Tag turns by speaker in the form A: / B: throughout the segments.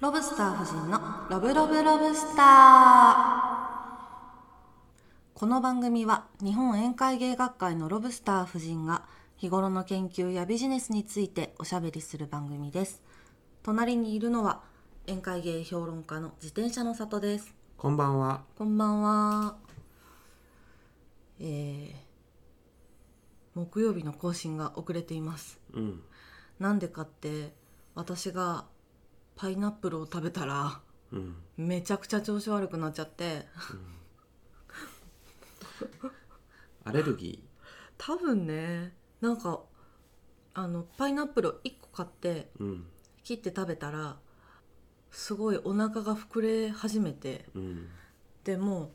A: ロブスター夫人のロブロブロブスターこの番組は日本宴会芸学会のロブスター夫人が日頃の研究やビジネスについておしゃべりする番組です隣にいるのは宴会芸評論家の自転車の里です
B: こんばんは。
A: こんばんはえー、木曜日の更新が遅れています
B: うん。
A: なんでかって私がパイナップルを食べたら
B: うん。
A: めちゃくちゃ調子悪くなっちゃって
B: アレルギ
A: 多分ねなんかあのパイナップルを1個買って
B: ー。うん。
A: 切って食べたらすごいお腹が膨れ始めて
B: うん。
A: でもう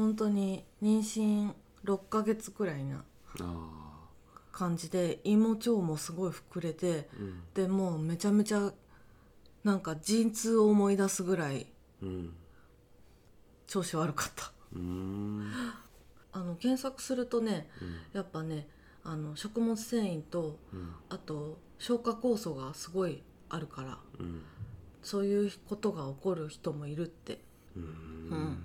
A: 本当に妊娠6ヶ月くらいな
B: あ
A: 感じで胃も腸もすごい膨れて
B: あ。うん。
A: でもうめちゃめちゃなんか陣痛を思い出すぐらい
B: うん。
A: 調子悪かった
B: うーん。
A: あの検索するとね
B: うん。
A: やっぱねあの食物繊維と
B: うん。
A: あと消化酵素がすごいあるから
B: うん。
A: そういうことが起こる人もいるって
B: うー。
A: うん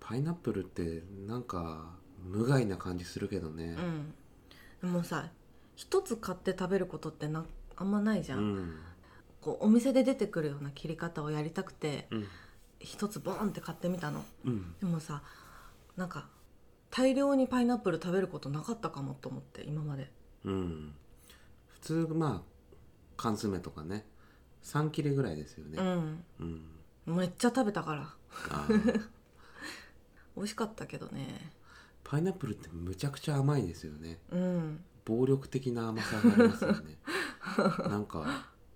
B: パイナップルって、なんか、無害な感じするけどね。
A: うんでもさ一つ買って食べることってなあんまないじ
B: う
A: ゃん、
B: ん。
A: こうお店で出てくるような切り方をやりたくて
B: うん。
A: 一つボーンって買ってみたの
B: うん。
A: でもさなんか大量にパイナップル食べることなかったかもと思って今まで
B: うん。普通、まあ、缶詰とかね。三切れぐらいですよ
A: う
B: ね。
A: ん
B: うん。
A: めっちゃ食べたから
B: あー
A: 美味しかったけどね
B: パイナップルってむちゃくちゃ甘いですよね。
A: うん
B: 暴力的な甘さがありますよね なんか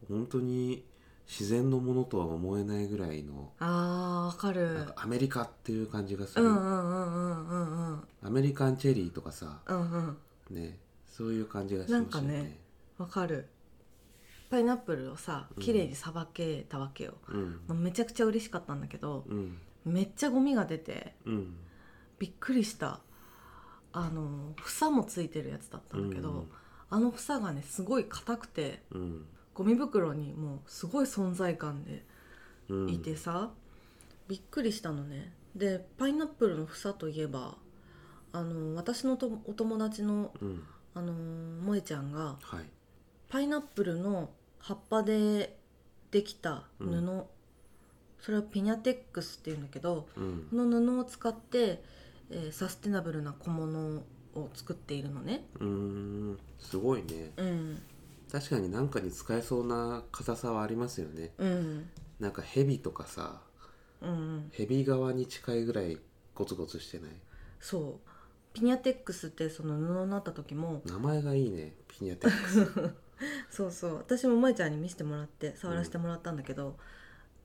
B: 本当に自然のものとは思えないぐらいの
A: あーわかる
B: なんかアメリカっていう感じがす
A: う
B: る、
A: んうんうんうんうんうん
B: アメリカンチェリーとかさ
A: うんうん
B: ねそういう感じがしましたよ
A: なんか
B: ね
A: ねわかるパイナップルをさ綺麗にさばけたわけよ、
B: うん
A: もうめちゃくちゃ嬉しかったんだけど
B: うん
A: めっちゃゴミが出て
B: うん
A: びっくりしたあの房もついてるやつだったんだけど、あの房がねすごい硬くて
B: うん
A: ゴミ袋にもうすごい存在感で
B: うん
A: いてさ、びっくりしたのねでパイナップルの房といえばあの私のとお友達の
B: うん
A: あの萌ちゃんが
B: はい
A: パイナップルの葉っぱでできた布、
B: うん
A: それはピニャテックスっていうんだけど
B: うん
A: この布を使って、えーサステナブルな小物を作っているのね。
B: うーんすごいね
A: うん
B: 確かに何かに使えそうな硬さはありますよね
A: うん
B: なんかヘビとかさ
A: うんうん、
B: ヘビ側に近いぐらいゴツゴツしてない
A: そうピニャテックスってその布になった時も
B: 名前がいいねピニャテックス
A: そうそう私も萌ちゃんに見せてもらって触らせてもらったんだけど、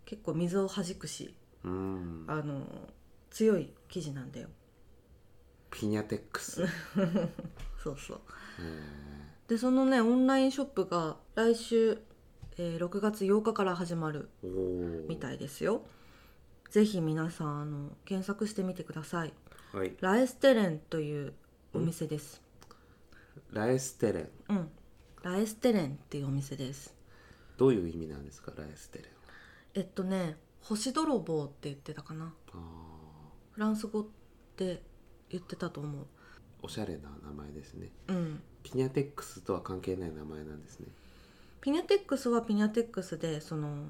A: 結構水をはじくし
B: うん
A: あの強い生地なんだよ
B: ピニャテックスへ
A: そうそう
B: え
A: でそのねオンラインショップが来週、えー6月8日から始まる
B: おお
A: みた
B: い
A: いですよぜひ皆さんあの検索してみてください
B: はい
A: ラエステレンというお店です
B: ラエステレン
A: うん、ラエステレンっていうお店です
B: どういう意味なんですかラエステレン
A: えっとね星泥棒って言ってたかな
B: あ
A: フランス語って言ってたと思う
B: ーおしゃれな名前ですね
A: うん
B: ピニャテックスとは関係ない名前なんですね
A: ピニャテックスはピニャテックスでその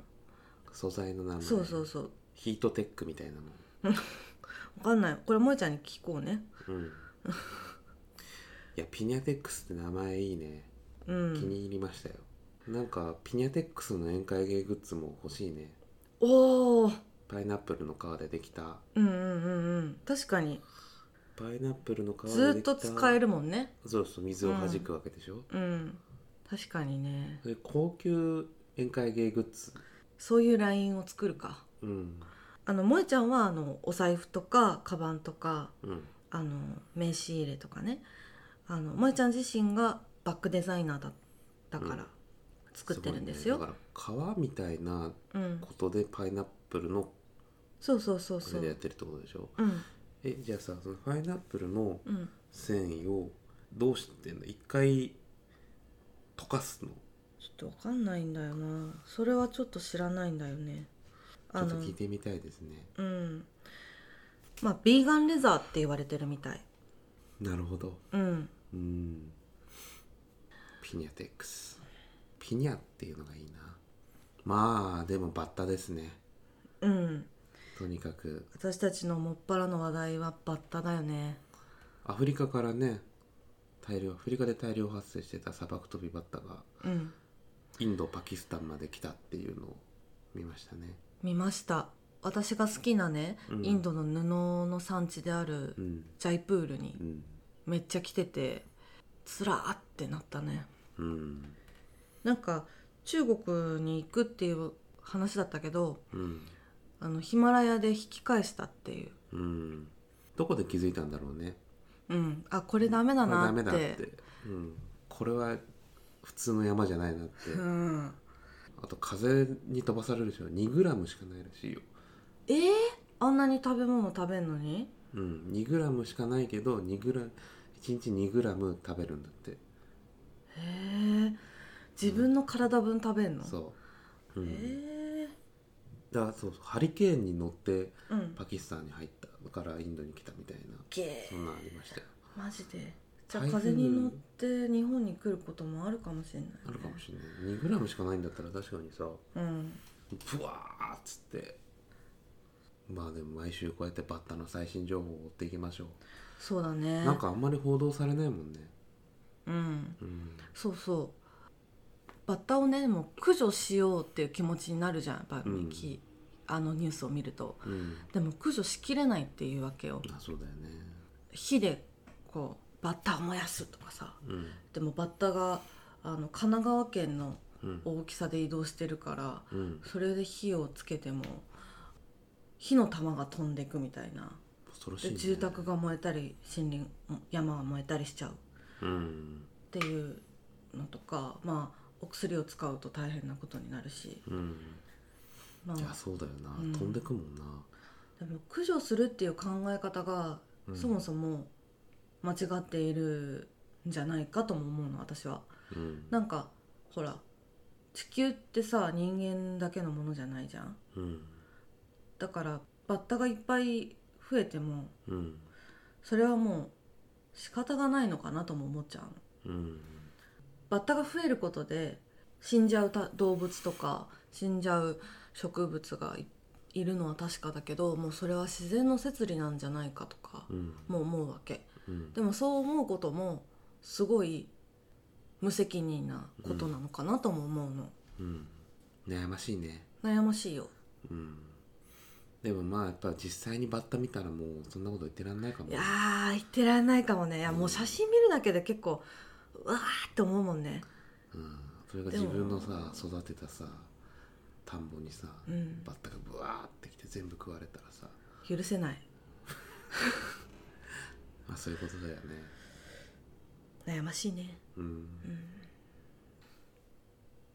B: 素材の名前
A: そうそうそう
B: ヒートテックみたいなの
A: わかんないこれ萌ちゃんに聞こうね
B: うん いやピニャテックスって名前いいね
A: う
B: 気
A: ん
B: に入りましたよ、なんかピニャテックスの宴会芸グッズも欲しいね
A: おお
B: パイナップルの皮でできた
A: うんうんうんうん確かに
B: パイナップルの皮でできた
A: ずっと使えるもんね
B: そうそう水を弾くわけでしょ、
A: うん確かにね
B: で高級宴会芸グッズ
A: そういうラインを作るか
B: うん
A: あの萌ちゃんはあのお財布とかカバンとか
B: うん
A: あの名刺入れとかねあの萌ちゃん自身がバッグデザイナーだだか
B: うん
A: ら作ってるんですよ、
B: ごいねだから皮みたいな
A: うん
B: ことでパイナップルのこ
A: そうそうそうそ
B: れ
A: う
B: でやってるってことでしょ
A: うん
B: えじゃあさそのパイナップルの
A: うん
B: 繊維をどうしてんの一回溶かすの
A: ちょっとわかんないんだよなそれはちょっと知らないんだよね
B: ち
A: あ
B: ょっと
A: の
B: 聞いてみたいですね
A: うんまあビーガンレザーって言われてるみたい
B: なるほど
A: うん
B: うんピニャテックスピニャっていうのがいいなまあでもバッタですね
A: うん
B: とにかく
A: 私たちのもっぱらの話題はバッタだよね
B: アフリカからね大量アフリカで大量発生してた砂漠飛びバッタが
A: うん
B: インドパキスタンまで来たっていうのを見ましたね
A: 見ました私が好きなね、
B: うん
A: インドの布の産地である
B: うん
A: ジャイプールに
B: うん
A: めっちゃ来ててつらーってなったね
B: うん
A: なんか中国に行くっていう話だったけど
B: うん
A: あのヒマラヤで引き返したっていう
B: うんどこで気づいたんだろうね
A: うんあこれダメだ
B: これ
A: な
B: ダメ
A: っ
B: だってて、うん、これは普通の山じゃないなって
A: うん
B: あと風に飛ばされるでしょ2グラムしかないらしいよ
A: えー、あんなに食べ物食べんのに
B: うん2グラムしかないけど2グラ1日2グラム食べるんだって
A: へえ自分の体分食べんの
B: そう、う
A: へ
B: ん
A: え
B: だからそうハリケーンに乗って
A: うん
B: パキスタンに入っただからインドに来たみたいな
A: ゲ
B: そんなんありましたよ
A: ーマジでじゃあ
B: 台風
A: 風に乗って日本に来ることもあるかもしれない、ね、
B: あるかもしれない2グラムしかないんだったら確かにさ
A: うん
B: ブワーっつってまあでも毎週こうやってバッタの最新情報を追っていきましょ
A: そうだ
B: う
A: ね
B: なんかあんまり報道されないもんね
A: うん
B: うん
A: そうそうバッタをねもう駆除しようっていう気持ちになるじゃんやっぱり、
B: うん
A: きあのニュースを見ると
B: うん
A: でも駆除しきれないっていうわけよ
B: あそうだよね
A: 火でこうバッタを燃やすとかさ
B: うん
A: でもバッタがあの神奈川県の
B: うん
A: 大きさで移動してるから
B: うん
A: それで火をつけても火の玉が飛んでいくみたいな
B: 恐ろしい、
A: で
B: ね、
A: 住宅が燃えたり森林山が燃えたりしちゃう
B: うん
A: っていうのとかまあお薬を使うと大変なことになるし、
B: うん
A: まあ、
B: いやそうだよな、
A: うん
B: 飛んでくもんな
A: でも駆除するっていう考え方が、
B: うん
A: そもそも間違っているんじゃないかとも思うの私は。
B: うん
A: なんかほら地球ってさ人間だけのものじゃないじゃん
B: うん
A: だからバッタがいっぱい増えても
B: うん
A: それはもう仕方がないのかなとも思っちゃうの
B: うん
A: バッタが増えることで死んじゃうた動物とか死んじゃう植物がいいるのは確かだけどもうそれは自然の摂理なんじゃないかとか
B: うん
A: もう思うわけ
B: うん
A: でもそう思うこともすごい無責任なことなのかなとも思うの、
B: うん悩ましいね
A: 悩ましいよ
B: うんでもまあやっぱ実際にバッタ見たらもうそんなこと言ってらんないかも
A: いやー言ってられないかもねいやもううん写真見るだけで結構うわーって思うもんね
B: うん、それが自分の
A: で
B: さ育てたさ田んぼにさ、
A: うん
B: バッタがブワーってきて全部食われたらさ
A: 許せない
B: まあそういうことだよね
A: 悩ましいね
B: うん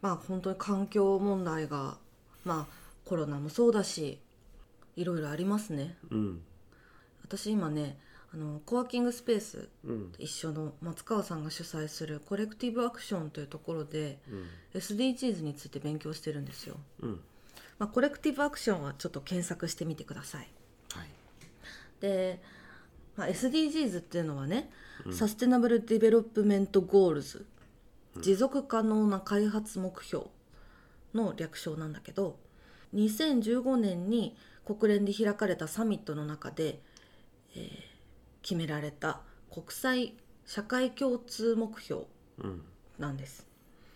A: まあ本当に環境問題がまあコロナもそうだしいろいろありますね
B: うん
A: 私今ねあのコワーキングスペース
B: うん
A: 一緒の松川さんが主催するコレクティブアクションというところで
B: うん
A: SDGs について勉強してるんですよ、
B: うん
A: まあ、コレクティブアクションはちょっと検索してみてください
B: はい
A: で、まあ、SDGs っていうのはね、
B: うん
A: サステナブル・ディベロップメント・ゴールズ持続可能な開発目標の略称なんだけど2015年に国連で開かれたサミットの中で、えー決められた国際社会共通目標
B: うん
A: なんです。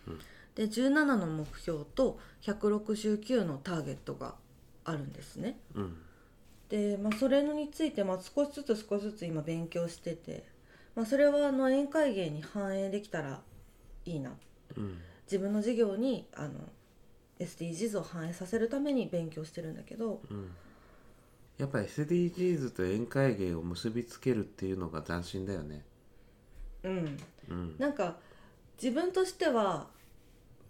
B: うん
A: で17の目標と169のターゲットがあるんですね。
B: うん
A: で、まあ、それについて、まあ、少しずつ少しずつ今勉強してて、まあ、それはあの宴会芸に反映できたらいいな
B: うん
A: 自分の授業にあの SDGs を反映させるために勉強してるんだけど
B: うんやっぱ SDGs と宴会芸を結びつけるっていうのが斬新だよね
A: うん
B: うん
A: なんか自分としては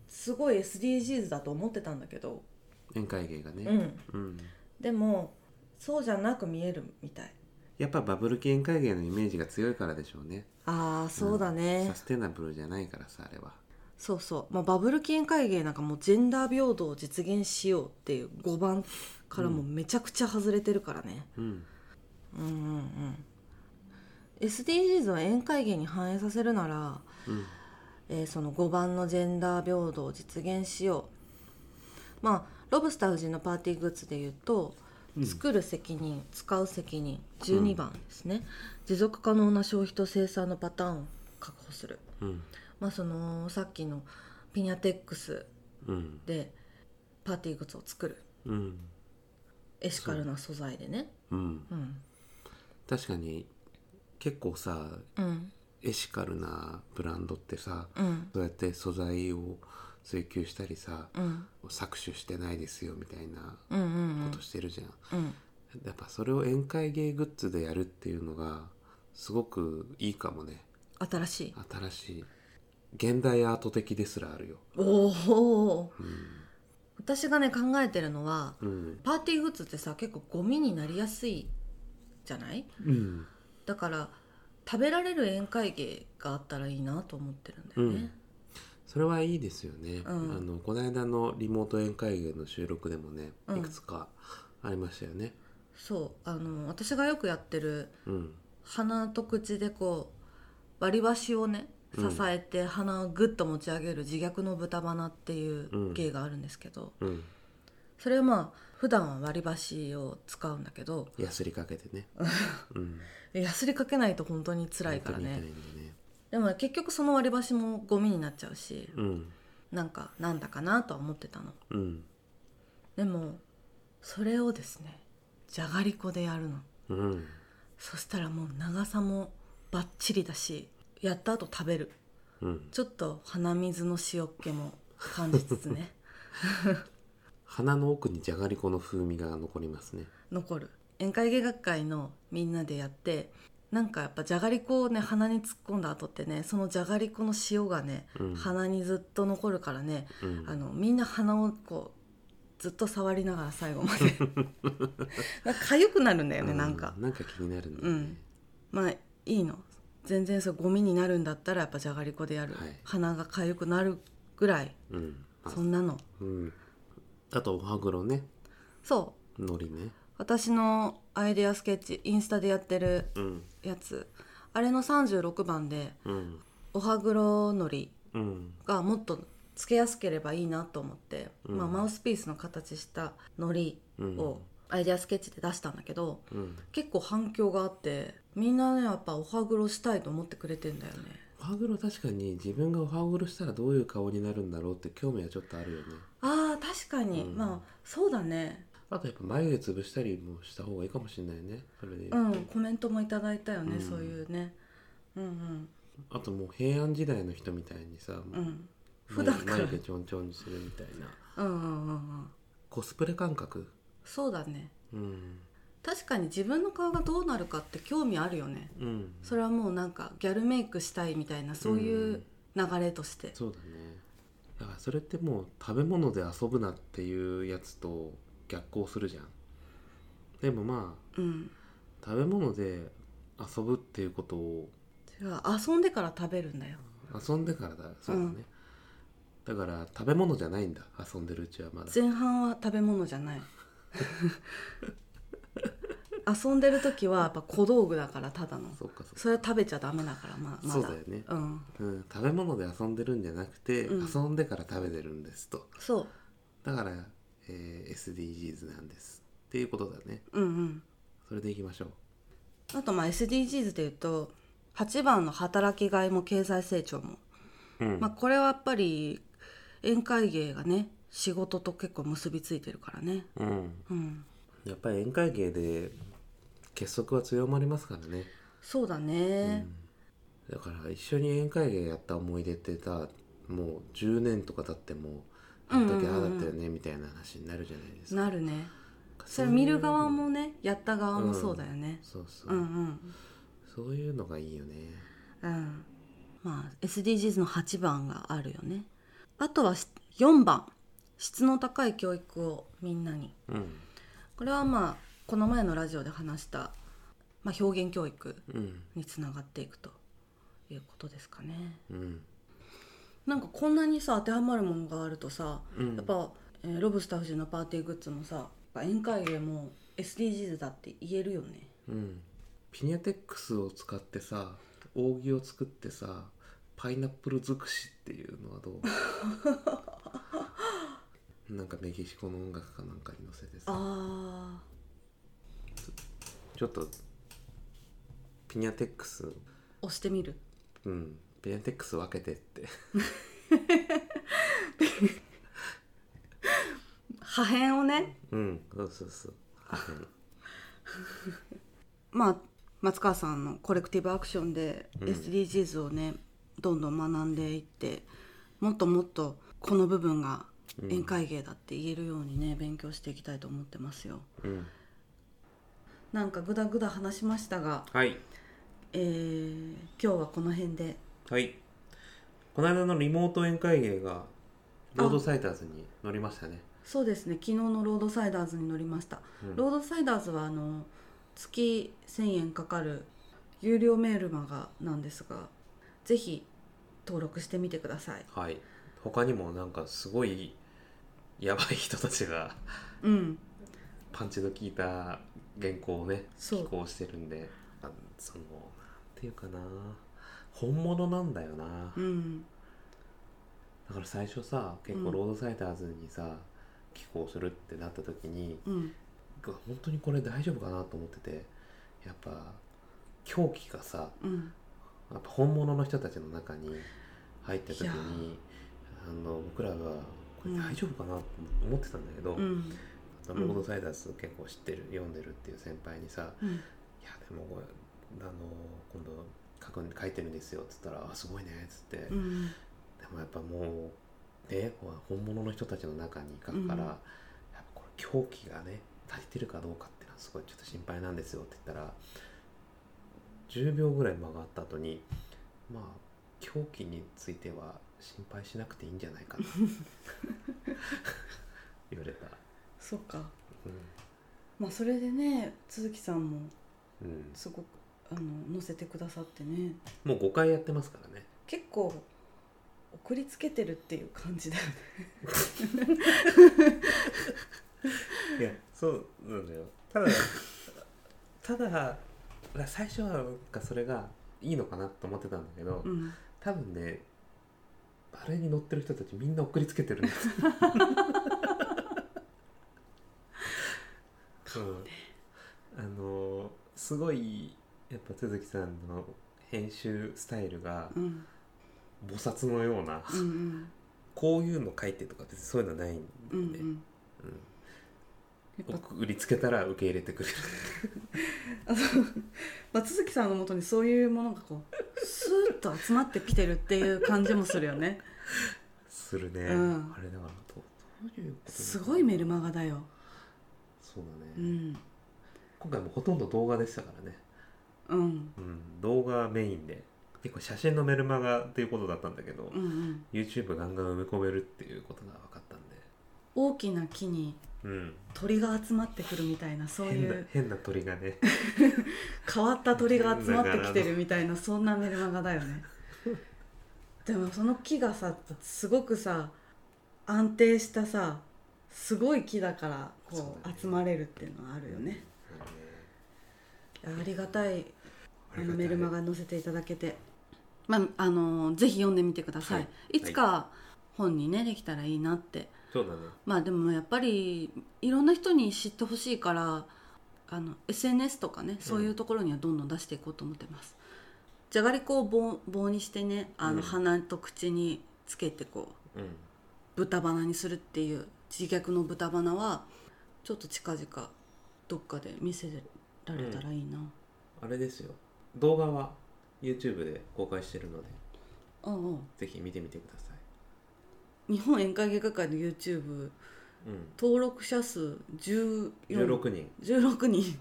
A: すごい SDGs だと思ってたんだけど、
B: 宴会芸が
A: う
B: ね
A: ん、
B: うん、
A: でもそうじゃなく見えるみたい
B: やっぱバブル系宴会芸のイメージが強いからでしょうね
A: ああそうだね、
B: サステナブルじゃないからさあれは
A: そうそう、まあ、バブル期宴会芸なんかもうジェンダー平等を実現しようっていう5番からもうめちゃくちゃ外れてるからね、
B: うん
A: うん、うんうん SDGs を宴会芸に反映させるなら、
B: うん
A: えーその5番のジェンダー平等を実現しようまあロブスター夫人のパーティーグッズで言うと、
B: うん
A: 作る責任使う責任12番ですね、持続可能な消費と生産のパターンを確保する
B: うん
A: まあそのさっきのピニャテックス
B: うん
A: でパーティーグッズを作る
B: うん
A: エシカルな素材でね
B: うん
A: うん
B: 確かに結構さ
A: うん
B: エシカルなブランドってさ
A: うん
B: そうやって素材を追求したりさ
A: うん
B: 搾取してないですよみたいな
A: うんうん
B: こ
A: うん
B: としてるじゃん、
A: うん
B: やっぱそれを宴会芸グッズでやるっていうのがすごくいいかもね
A: 新しい
B: 新しい現代アート的ですらあるよ
A: おお
B: うん
A: 私がね考えてるのは
B: うん
A: パーティーグッズってさ結構ゴミになりやすいじゃない
B: うん
A: だから食べられる宴会芸があったらいいなと思ってるんだよね
B: それはいいですよね、
A: うん
B: あのこの間のリモート宴会芸の収録でもね
A: うん
B: いくつかありましたよね
A: そうあの私がよくやってる
B: うん
A: 鼻と口でこう割り箸をね支
B: うん
A: えて鼻をグッと持ち上げる自虐の豚鼻っていう芸があるんですけど、
B: うん
A: それはまあ普段は割り箸を使うんだけど
B: やすりかけて ね、うん、
A: やすりかけないと本当に辛いから
B: 本当
A: ね
B: に痛いんだよね
A: でも結局その割り箸もゴミになっちゃうし
B: うん
A: なんかなんだかなとは思ってたの
B: うん
A: でもそれをですねじゃがりこでやるの
B: うん
A: そしたらもう長さもバッチリだしやった後食べる
B: うん
A: ちょっと鼻水の塩っ気も感じつつ ね
B: 鼻の奥にじゃがりこの風味が残りますね
A: 残る宴会芸学会のみんなでやってなんかやっぱじゃがりこをね鼻に突っ込んだ後ってねそのじゃがりこの塩がね、
B: うん
A: 鼻にずっと残るからね、
B: うん
A: あのみんな鼻をこうずっと触りながら最後ま でなんか痒くなるんだよね、
B: う
A: なんか
B: なんか気になるんだよね、
A: まあいいの全然そうゴミになるんだったらやっぱじゃがりこでやる、
B: はい
A: 鼻が痒くなるぐらい
B: うん、あ
A: そんなの
B: うん、あとお歯黒ね
A: そう
B: のりね
A: 私のアイデアスケッチインスタでやってる
B: うん
A: やつあれの36番で
B: うん
A: おはぐろのり
B: うん
A: がもっとつけやすければいいなと思って、
B: うん
A: まあ、マウスピースの形したのりをアイデアスケッチで出したんだけど、
B: うん
A: 結構反響があってみんなねやっぱおはぐろしたいと思ってくれてんだよね
B: お歯黒確かに自分がお歯黒したらどういう顔になるんだろうって興味はちょっとあるよね
A: あー確かに、
B: うん
A: まあそうだね
B: あとやっぱ眉毛潰したりもした方がいいかもしれないねそれで言う
A: う
B: と、
A: んコメントもいただいたよね、
B: うん
A: そういうねうんうん
B: あともう平安時代の人みたいにさ、
A: うん普
B: 眉
A: 段から
B: 眉毛ちょんちょんにするみたいな
A: うんうんうんうん
B: コスプレ感覚
A: そうだね
B: うん
A: 確かに自分の顔がどうなるかって興味あるよね
B: うん
A: それはもうなんかギャルメイクしたいみたいなそういう流れとして、
B: そうだねだからそれってもう食べ物で遊ぶなっていうやつと逆行するじゃんでもまあ
A: うん
B: 食べ物で遊ぶっていうことを
A: 違う遊んでから食べるんだよ
B: 遊んでからだそうだね、だから食べ物じゃないんだ遊んでるうちはまだ
A: 前半は食べ物じゃない 遊んでる時はやっぱ小道具だからただの
B: そうかそうか
A: それは食べちゃダメだからまあまだ
B: そうだよね
A: うん
B: うん、食べ物で遊んでるんじゃなくて、
A: うん
B: 遊んでから食べてるんですと
A: そ
B: だから、えー SDGs なんですっていうことだね
A: ううんうん
B: それでいきましょう
A: あとまあ SDGs でいうと8番の働きがいも経済成長も
B: うん、
A: まあ、これはやっぱり宴会芸がね仕事と結構結びついてるからね
B: うん、
A: うん
B: やっぱり宴会芸で結束は強まりますからね、
A: そうだ
B: う
A: ね
B: ん、だから一緒に宴会芸やった思い出ってさもう10年とか経ってもあの時
A: うん
B: ああ
A: うんうん
B: だ
A: うん
B: ったよねみたいな話になるじゃないですか、
A: なるねそ
B: そう
A: れ
B: いう
A: 見る側もねやった側もそうだよね、
B: そうそう、
A: うん、うん
B: そういうのがいいよね
A: うんまあ SDGs の8番があるよねあとはし4番質の高い教育をみんなに
B: うん
A: これはまあこの前のラジオで話した、まあ、表現教育
B: うん
A: につながっていくということですかね
B: うん
A: まなんかこんなにさ当てはまるものがあるとさ、
B: うん
A: やっぱ、えーロブスター夫人のパーティーグッズもさやっぱ宴会芸も SDGs だって言えるよね
B: うん、ピニャテックスを使ってさ扇を作ってさパイナップル尽くしっていうのはどうなんかメキシコの音楽かなんかに乗せてさ
A: あ
B: ちょっとピニャテックス
A: ー押してみる
B: うんピニャテックス分けてって
A: 破片をね
B: うんそうそうそう破片
A: まあ松川さんのコレクティブアクションで
B: うん
A: SDGs をね、どんどん学んでいってもっともっとこの部分が
B: うん
A: 宴会芸だって言えるようにね勉強していきたいと思ってますよ
B: うん
A: なんかグダグダ話しましたが、
B: はい
A: えー今日はこの辺で
B: はいこの間のリモート宴会芸がロードサイターズに乗りましたね
A: そうですね昨日のロードサイダーズに乗りました、
B: うん
A: ロードサイダーズはあの月1000円かかる有料メールマガなんですがぜひ登録してみてください
B: はい他にもなんかすごいやばい人たちが
A: うん
B: パンチの効いた原稿をね
A: そう
B: 寄稿してるんであのそのなんていうかな本物なんだよな、
A: うん
B: だから最初さ結
A: う
B: 構
A: ん
B: ロードサイターズにさ、寄稿するってなった時に
A: うん
B: が本当にこれ大丈夫かなと思っててやっぱ狂気がさ
A: うん
B: やっぱ本物の人たちの中に入った
A: い
B: 時
A: や
B: にあの僕らがこれ
A: うん
B: 大丈夫かなと思ってたんだけど、
A: うん
B: ロードサイダース結構知ってる読んでるっていう先輩にさ
A: うん
B: 「いやでもこれあの今度書く書いてるんですよ」っつったらあ「すごいね」っつって、
A: う
B: で
A: ん
B: もやっぱもうねこう本物の人たちの中にいたから、
A: うん
B: やっぱこれ狂気がね足りてるかどうかっていうのはすごいちょっと心配なんですよって言ったら10秒ぐらい間があった後にまあ狂気については心配しなくていいんじゃない かな言われた。
A: そっか
B: う
A: まあそれでね鈴木さんも
B: んうん
A: すごくあの載せてくださってね
B: もう5回やってますからね。
A: 結構送りつけてるっていう感じだよね
B: いや、そうなんだよ。ただ、ただ、最初はなんかそれがいいのかなと思ってたんだけど、
A: うん
B: 多分ね、あれに乗ってる人たちみんな送りつけてるん ですよ。うんあのすごいやっぱ都築さんの編集スタイルが
A: うん
B: 菩薩のような、
A: うんうん
B: こういうの書いてとかってそういうのないん
A: う
B: だよ
A: ん
B: ね、
A: うん
B: うん
A: やっぱ
B: 僕売りつけたら受け入れてくれる
A: あそう松月さんのもとにそういうものがこうスーッと集まってきてるっていう感じもするよね
B: するね、
A: うん
B: あれだからどどういうことなの
A: すごいメルマガだよ
B: そうだね、
A: うん
B: 今回もほとんど動画でしたからね、
A: うん
B: うん、動画メインで結構写真のメルマガっていうことだったんだけど、
A: うんうん
B: YouTube ガンガン埋め込めるっていうことが分かったんで
A: 大きな木に
B: うん
A: 鳥が集まってくるみたいなそうい
B: 変な
A: う
B: 変な鳥がね
A: 変わった鳥が集まってきてるみたいなそんなメルマガだよねでもその木がさすごくさ安定したさすごい木だからこ
B: そう
A: う
B: だね
A: 集まれるっていうのはあるよね
B: あのね
A: いやありがたい
B: あ
A: あ
B: りが
A: の
B: た
A: メ
B: い
A: ルマガ載せていただけて、まあ、あのぜひ読んでみてください、、
B: はい
A: つか本にねできたらいいなって
B: そうだね
A: まあでもやっぱりいろんな人に知ってほしいからあの SNS とかねそういうところにはどんどん出していこうと思ってます、じゃがりこを棒棒にしてねあの、
B: うん
A: 鼻と口につけてこう
B: うん
A: 豚鼻にするっていう自虐の豚鼻はちょっと近々どっかで見せられたらいいな、
B: あれですよ動画は YouTube で公開してるので
A: ああ
B: ぜひ見てみてください
A: 日本宴会芸学会の YouTube
B: うん
A: 登録者数14
B: 16人
A: 16人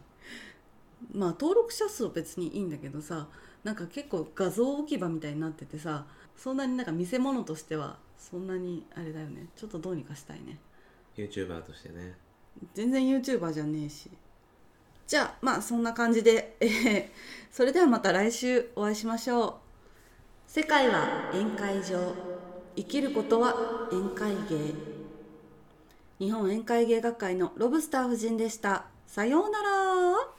A: まあ登録者数は別にいいんだけどさなんか結構画像置き場みたいになっててさそんなになんか見せ物としてはそんなにあれだよねちょっとどうにかしたいね
B: YouTuber としてね
A: 全然 YouTuber じゃねえしじゃあまあそんな感じで、 えーそれではまた来週お会いしましょう世界は宴会場生きることは宴会芸日本宴会芸学会のロブスター夫人でしたさようなら